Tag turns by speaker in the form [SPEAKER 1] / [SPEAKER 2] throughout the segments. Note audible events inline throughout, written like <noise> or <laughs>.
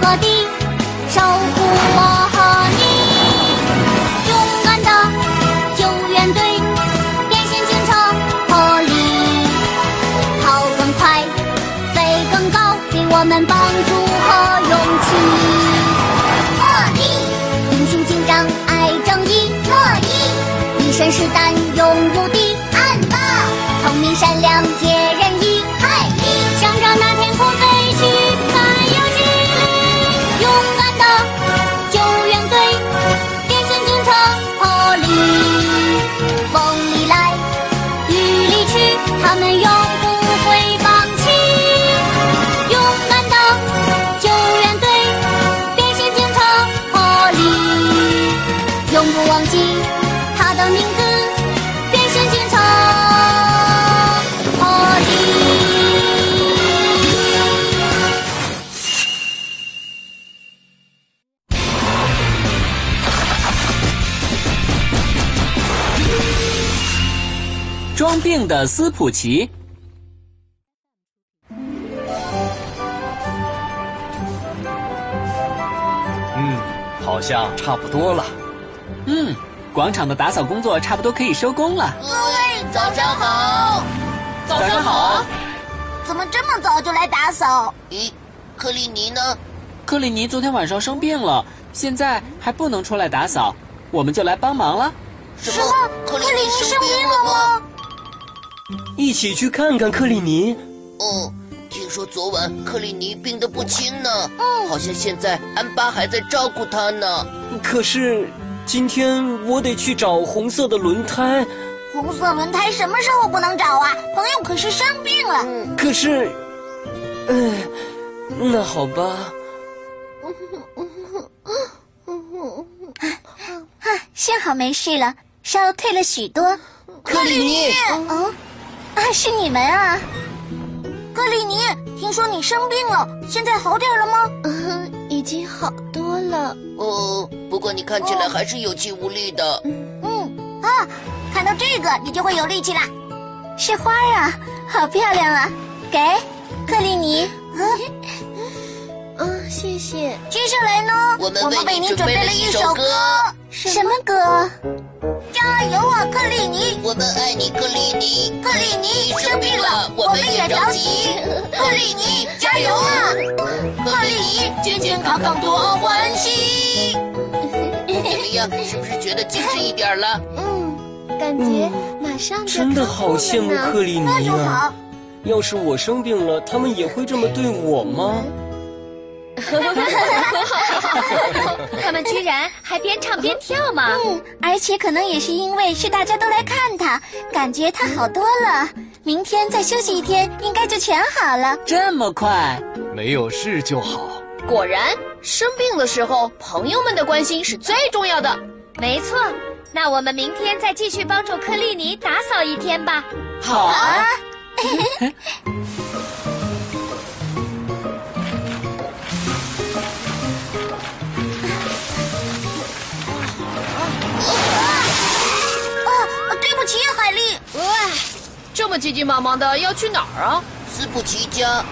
[SPEAKER 1] 落地，守护我和你。勇敢的救援队，变形警察破例，跑更快，飞更高，给我们帮助和勇气。破例，英雄警长爱正义，破例，一身是胆勇无敌，暗霸，聪明善良解人意，害力，想让那天空飞去，还有激励，勇敢的救援队，变形警察破例，风里来，雨里去，他们永不会放弃。勇敢的救援队，变形警察破例，永不忘记他的名字，变形警察破例。
[SPEAKER 2] 装病的斯普奇。
[SPEAKER 3] 嗯，好像差不多了。
[SPEAKER 2] 嗯，广场的打扫工作差不多可以收工了。
[SPEAKER 1] 各位早上好，
[SPEAKER 2] 早上好，
[SPEAKER 1] 怎么这么早就来打扫？
[SPEAKER 4] 咦，克里尼呢？
[SPEAKER 2] 克里尼昨天晚上生病了，现在还不能出来打扫，我们就来帮忙了。
[SPEAKER 4] 什
[SPEAKER 1] 什么？
[SPEAKER 4] 克
[SPEAKER 1] 克
[SPEAKER 4] 里
[SPEAKER 1] 里
[SPEAKER 4] 尼
[SPEAKER 1] 尼
[SPEAKER 4] 生
[SPEAKER 1] 生病
[SPEAKER 4] 了
[SPEAKER 1] 了
[SPEAKER 4] 吗？
[SPEAKER 1] 吗？
[SPEAKER 5] 一起去看看克里尼。
[SPEAKER 4] 哦，听说昨晚克里尼病得不轻呢。
[SPEAKER 1] 嗯
[SPEAKER 4] 好像现在安巴还在照顾他呢。
[SPEAKER 5] 可是今天我得去找红色的轮胎，
[SPEAKER 1] 红色轮胎什么时候不能找啊？朋友可是生病了。
[SPEAKER 5] 可是，嗯、那好吧，
[SPEAKER 1] 啊
[SPEAKER 6] 幸好没事了，烧退了许
[SPEAKER 1] 哦
[SPEAKER 6] 多。
[SPEAKER 4] 克里尼，
[SPEAKER 6] 哦，啊，是你们啊！
[SPEAKER 1] 克里尼，听说你生病了，现在好点了吗？
[SPEAKER 6] 嗯，已经好多了。
[SPEAKER 4] 哦，不过你看起来还是有气无力的。
[SPEAKER 1] 嗯啊，看到这个你就会有力气啦。
[SPEAKER 6] 是花儿啊，好漂亮啊！给，克里尼。嗯，呃谢谢。
[SPEAKER 1] 啊接下来呢，
[SPEAKER 4] 我们为
[SPEAKER 1] 为
[SPEAKER 4] 你
[SPEAKER 1] 你
[SPEAKER 4] 准
[SPEAKER 1] 准
[SPEAKER 4] 备
[SPEAKER 1] 备
[SPEAKER 4] 了
[SPEAKER 1] 了
[SPEAKER 4] 一
[SPEAKER 1] 一
[SPEAKER 4] 首
[SPEAKER 1] 首
[SPEAKER 4] 歌
[SPEAKER 1] 歌，
[SPEAKER 6] 什么歌？
[SPEAKER 1] 加油啊，克里尼！
[SPEAKER 4] 我们爱你，克里尼。
[SPEAKER 1] 克里尼
[SPEAKER 4] 你
[SPEAKER 1] 生
[SPEAKER 4] 生
[SPEAKER 1] 病
[SPEAKER 4] 病
[SPEAKER 1] 了
[SPEAKER 4] 了，
[SPEAKER 1] 我
[SPEAKER 4] 我
[SPEAKER 1] 们
[SPEAKER 4] 们
[SPEAKER 1] 也
[SPEAKER 4] 也
[SPEAKER 1] 着
[SPEAKER 4] 着
[SPEAKER 1] 急
[SPEAKER 4] 急。
[SPEAKER 1] 克里
[SPEAKER 4] <laughs>
[SPEAKER 1] 尼，加油啊！克里尼，健健康康多欢喜。
[SPEAKER 4] <laughs> 怎么样？是不是觉得精神一点
[SPEAKER 1] <laughs>
[SPEAKER 4] 了？
[SPEAKER 6] 嗯，感觉马上
[SPEAKER 5] 真的好羡慕克里尼
[SPEAKER 1] 就
[SPEAKER 5] 啊！
[SPEAKER 1] 好，
[SPEAKER 5] 要是我生病了，他们也会这么对我吗？
[SPEAKER 7] <laughs> 他们居然还边唱边跳嘛！
[SPEAKER 6] 嗯，而且可能也是因为是大家都来看他，感觉他好多了。明天再休息一天，应该就全好了。
[SPEAKER 2] 这么快？
[SPEAKER 3] 没有事就好。
[SPEAKER 7] 果然，生病的时候，朋友们的关心是最重要的。没错，那我们明天再继续帮助克利尼打扫一天吧。
[SPEAKER 2] 好啊！
[SPEAKER 6] 哦
[SPEAKER 1] 啊，对不起，海丽。
[SPEAKER 8] 这么急急忙忙的要去哪儿啊？
[SPEAKER 4] 斯普奇家，
[SPEAKER 6] 哦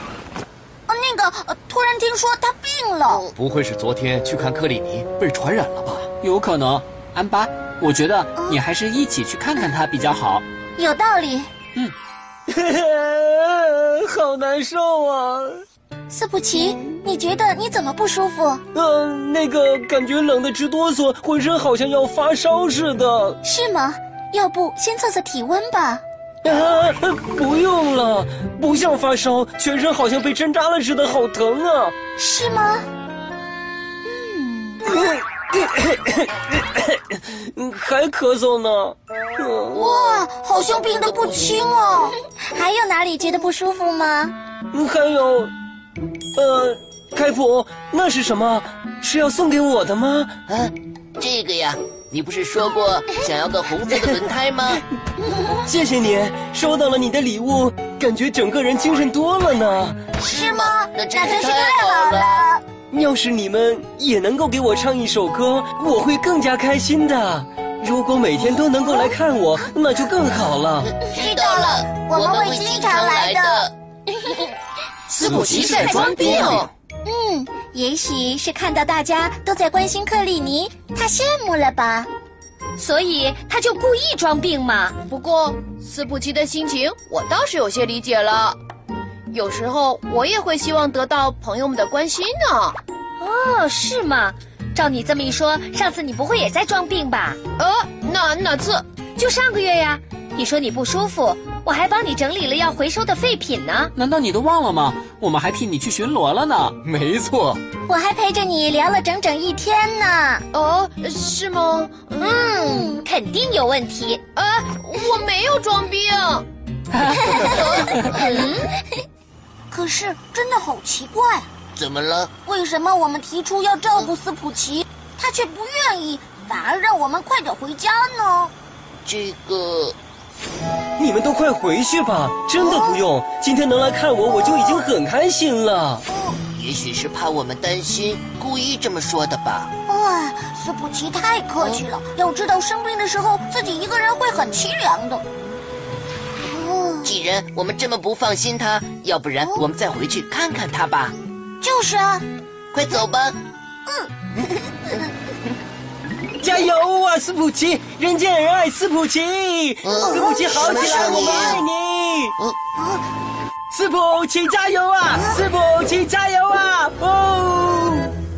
[SPEAKER 1] 啊，那个，呃突然听说他病了。
[SPEAKER 3] 不会是昨天去看克里尼被传染了吧？
[SPEAKER 2] 有可能。安巴，我觉得你还是一起去看看他比较好。
[SPEAKER 6] 有道理。
[SPEAKER 5] 好难受啊！
[SPEAKER 6] 斯普奇，你觉得你怎么不舒服？
[SPEAKER 5] 嗯、那个感觉冷得直哆嗦，浑身好像要发烧似的。 <laughs>
[SPEAKER 6] 是吗？要不先测测体温吧。
[SPEAKER 5] 啊，不用了，不像发烧，全身好像被针扎了似的，好疼啊！
[SPEAKER 6] 是吗？
[SPEAKER 5] 嗯，还咳嗽呢。嗯
[SPEAKER 1] 哇，好像病得不轻 <laughs> 哦。
[SPEAKER 6] 还有哪里觉得不舒服吗？
[SPEAKER 5] 嗯还有，呃，开普，那是什么？是要送给我的吗？
[SPEAKER 4] 啊，这个呀，你不是说
[SPEAKER 1] <laughs>
[SPEAKER 4] 过想要个红色的轮胎吗？
[SPEAKER 5] 谢谢你，收到了你的礼物，感觉整个人精神多了呢。
[SPEAKER 4] 是吗？那真
[SPEAKER 1] 那真
[SPEAKER 4] 是
[SPEAKER 1] 是
[SPEAKER 4] 太
[SPEAKER 1] 太
[SPEAKER 4] 好
[SPEAKER 1] 好
[SPEAKER 4] 了。
[SPEAKER 1] 了。
[SPEAKER 5] 要是你们也能够给我唱一首歌，我会更加开心的。如果每天都能够来看我，那就更好了。
[SPEAKER 4] 知道了，
[SPEAKER 1] 我们
[SPEAKER 4] 们
[SPEAKER 1] 会经
[SPEAKER 4] 经
[SPEAKER 1] 常
[SPEAKER 4] 常
[SPEAKER 1] 来 <laughs>
[SPEAKER 4] 来
[SPEAKER 1] 的
[SPEAKER 4] 的。
[SPEAKER 2] 斯普奇在装病。
[SPEAKER 6] 嗯，
[SPEAKER 1] 也许是看到大家都在关心克里尼，他羡慕了吧？
[SPEAKER 7] 所以他就故意装病嘛。
[SPEAKER 9] 不过斯普奇的心情我倒是有些理解了。有时候我也会希望得到朋友们的关心呢。
[SPEAKER 7] 哦，是吗？照你这么一说，上次你不会也在装病吧？
[SPEAKER 9] 呃，那哪次？
[SPEAKER 7] 就上个月呀，你说你不舒服，我还帮你整理了要回收的废品呢。
[SPEAKER 2] 难道你都忘了吗？我们还替你去巡逻了呢。
[SPEAKER 3] 没错，
[SPEAKER 1] 我还陪着你聊了整整一天呢。
[SPEAKER 9] 哦，是吗？
[SPEAKER 7] 嗯，肯定有问题。
[SPEAKER 9] 呃，我没有装
[SPEAKER 7] <laughs>
[SPEAKER 9] 病。
[SPEAKER 1] 可是真的好奇怪，
[SPEAKER 4] 怎么了？
[SPEAKER 1] 为什么我们提出要照顾斯普奇，他却不愿意，反而让我们快点回家呢？
[SPEAKER 4] 这个
[SPEAKER 5] 你们都快回去吧，真的不用。今天能来看我，我就已经很开心了。
[SPEAKER 4] 也许是怕我们担心，故意这么说的吧？
[SPEAKER 1] 哇，斯普奇太客气了，要知道生病的时候自己一个人会很凄凉的。哦，
[SPEAKER 4] 既然我们这么不放心他，要不然我们再回去看看他吧。
[SPEAKER 1] 就是啊，
[SPEAKER 4] 快走吧！
[SPEAKER 5] 加油啊，斯普奇！人见人爱斯普奇，斯普奇好起来，
[SPEAKER 4] 什么声音
[SPEAKER 5] 我们爱你
[SPEAKER 4] 嗯。
[SPEAKER 5] 斯普奇加油啊！斯普奇加油啊！哦，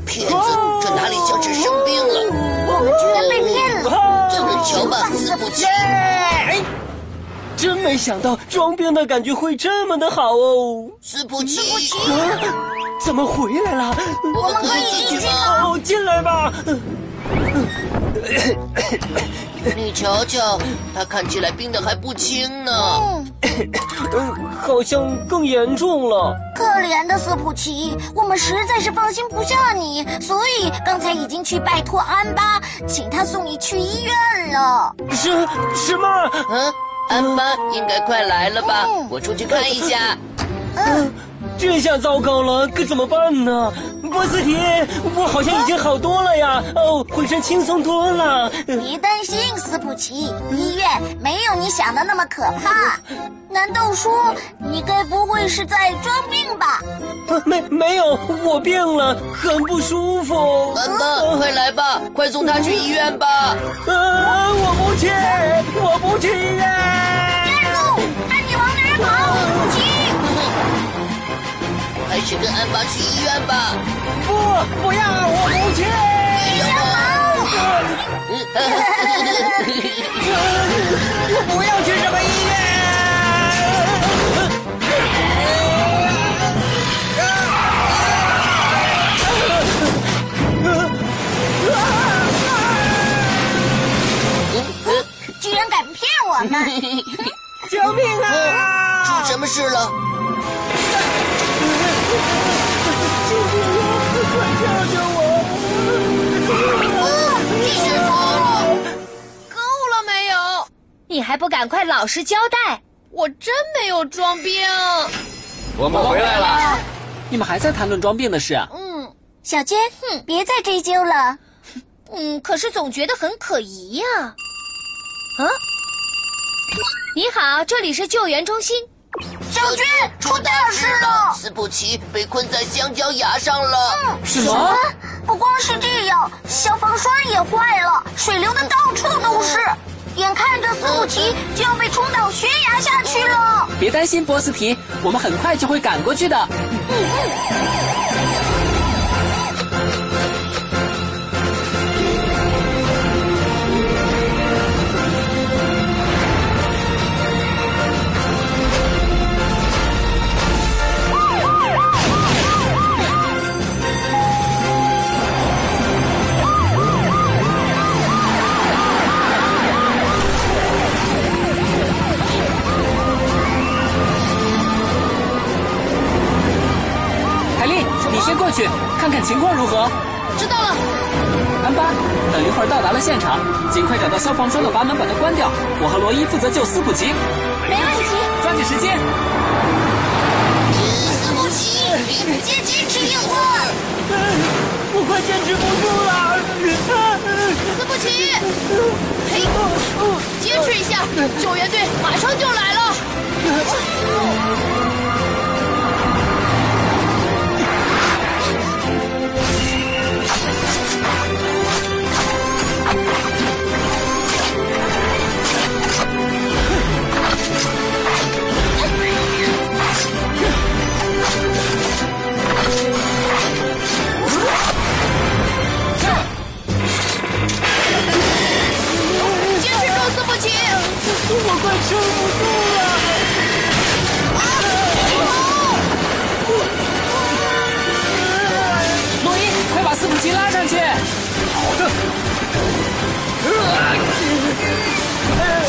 [SPEAKER 4] 骗子，这哪里像是生病了？
[SPEAKER 1] 哦我们居然被骗了。
[SPEAKER 4] 咱
[SPEAKER 5] 哦
[SPEAKER 4] 们瞧吧，斯普奇
[SPEAKER 5] 耶！，哎真没想到装病的感觉会这么的好哦。
[SPEAKER 4] 斯普奇，
[SPEAKER 5] 啊怎么回来了？
[SPEAKER 4] 我们可以进去啊吗？
[SPEAKER 5] 哦，进来吧。
[SPEAKER 4] 你瞧瞧，他看起来病得还不轻呢。
[SPEAKER 1] 哦
[SPEAKER 5] 嗯，好像更严重了。
[SPEAKER 1] 可怜的斯普奇，我们实在是放心不下你，所以刚才已经去拜托安巴，请他送你去医院了。
[SPEAKER 5] 是什么？
[SPEAKER 4] 嗯，安巴应该快来了吧
[SPEAKER 1] 嗯？
[SPEAKER 4] 我出去看一下。
[SPEAKER 5] 这下糟糕了，该怎么办呢？波斯提，我好像已经好多了呀，哦，浑身轻松多了。
[SPEAKER 1] 别担心，斯普奇，医院没有你想的那么可怕。难道说你该不会是在装病吧？
[SPEAKER 5] 呃没没有，我病了，很不舒服。
[SPEAKER 1] 哦
[SPEAKER 4] 安巴，快来吧，快送他去医院吧。
[SPEAKER 5] 啊，我不去，我不去呀！
[SPEAKER 1] 路，看你往哪儿跑，斯普奇！
[SPEAKER 4] 还是跟安巴去医院吧。哎
[SPEAKER 5] 不，不要，我不去。
[SPEAKER 1] 哦
[SPEAKER 5] 我不要去什么医院。
[SPEAKER 1] <laughs> 居然敢骗我们！
[SPEAKER 5] 救命啊！
[SPEAKER 4] 出什么事了？啊
[SPEAKER 1] 哦
[SPEAKER 9] 够了没有？
[SPEAKER 7] 你还不赶快老实交代？
[SPEAKER 9] 我真没有装病。
[SPEAKER 3] 我们回来了。
[SPEAKER 2] 你们还在谈论装病的事啊？
[SPEAKER 1] 小娟，哼，别再追究了。
[SPEAKER 7] 嗯，可是总觉得很可疑呀、啊。你好，这里是救援中心。
[SPEAKER 1] 小娟，出大事了！哦
[SPEAKER 4] 斯普奇被困在香蕉崖上了。
[SPEAKER 2] 什
[SPEAKER 6] 啊
[SPEAKER 1] 啊
[SPEAKER 2] 么？
[SPEAKER 1] 不光是这样，消防栓也坏了，水流的到处都是，眼看着斯普奇就要被冲到悬崖下去了。
[SPEAKER 2] 别担心，波斯皮，我们很快就会赶过去的。凯莉，你先过去看看情况如何。
[SPEAKER 9] 知道了，
[SPEAKER 2] 安巴，等一会儿到达了现场，尽快找到消防栓的阀门，把它关掉。我和罗伊负责救斯普奇。没问题，抓紧时间。
[SPEAKER 4] 嗯斯普奇，你别坚持一会儿。
[SPEAKER 5] 我快坚持不住了。
[SPEAKER 9] 斯普奇，嘿，坚持一下，救援队马上就来了。
[SPEAKER 2] 奇拉上去。
[SPEAKER 5] 好的，
[SPEAKER 2] 呃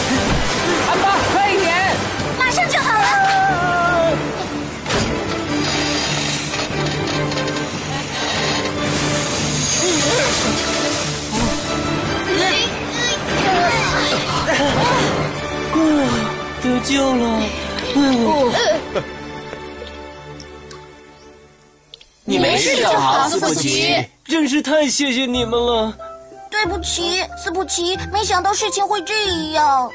[SPEAKER 2] 安巴，快一点！
[SPEAKER 6] 马上就好了。
[SPEAKER 5] 得救了！哎呦，
[SPEAKER 2] 你没事就好，斯普奇。
[SPEAKER 5] 真是太谢谢你们了。
[SPEAKER 6] 对不起，斯普奇，没想到事情会这样。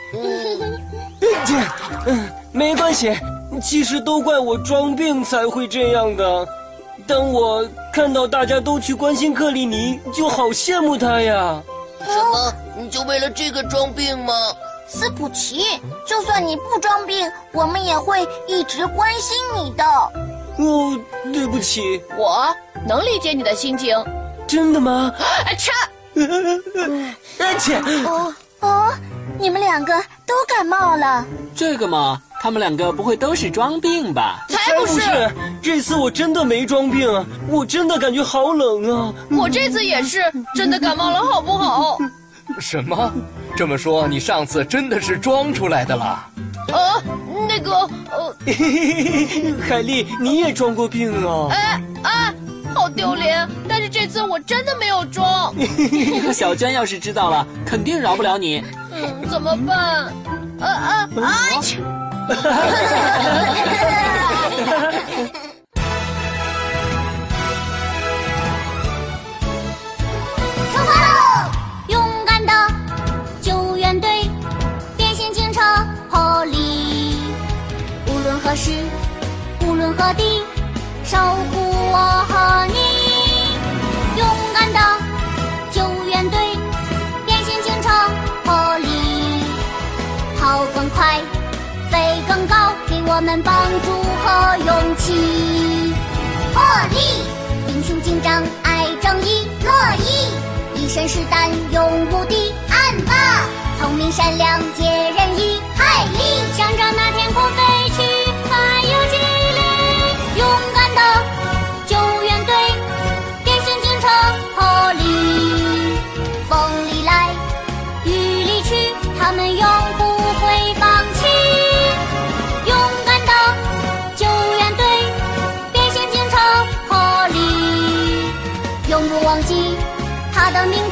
[SPEAKER 5] 嗯，没关系，其实都怪我装病才会这样的。当我看到大家都去关心克里尼，就好羡慕他呀。
[SPEAKER 4] 什么？你就为了这个装病吗？
[SPEAKER 6] 斯普奇，就算你不装病，我们也会一直关心你的。
[SPEAKER 5] 哦，对不起，
[SPEAKER 8] 我能理解你的心情。
[SPEAKER 5] 真的吗？
[SPEAKER 8] 啊，切！
[SPEAKER 5] 而且，
[SPEAKER 6] 哦哦，你们两个都感冒了。
[SPEAKER 2] 这个嘛，他们两个不会都是装病吧？ <laughs>
[SPEAKER 8] 才不是！
[SPEAKER 5] 不是，这次我真的没装病，啊我真的感觉好冷啊。 <laughs>
[SPEAKER 8] 我这次也是真的感冒了，好不好？
[SPEAKER 3] 什么？这么说，你上次真的是装出来的啦？
[SPEAKER 8] 呃，那个，呃，
[SPEAKER 5] 海丽，你也装过病啊？
[SPEAKER 8] 哎哎，好丢脸！但是这次我真的没有装，
[SPEAKER 2] 小娟要是知道了，肯定饶不了你。
[SPEAKER 8] 嗯，怎么办？呃呃，哎，切
[SPEAKER 1] 出发喽！勇敢的救援队，变形警车破例，无论何时，无论何地，守护我和你。勇敢的救援队，变形警车破例，跑更快，飞更高，给我们帮助和勇气。破例，英雄警长爱正义，乐意一身是胆勇无敌，暗霸聪明善良解人意，海力想着那天空飞去，还有几里，勇敢的救援队，变形警车破例，风里来雨里去，他们永不会放弃，勇敢的救援队。变形警察哈利，永不忘记他的名字。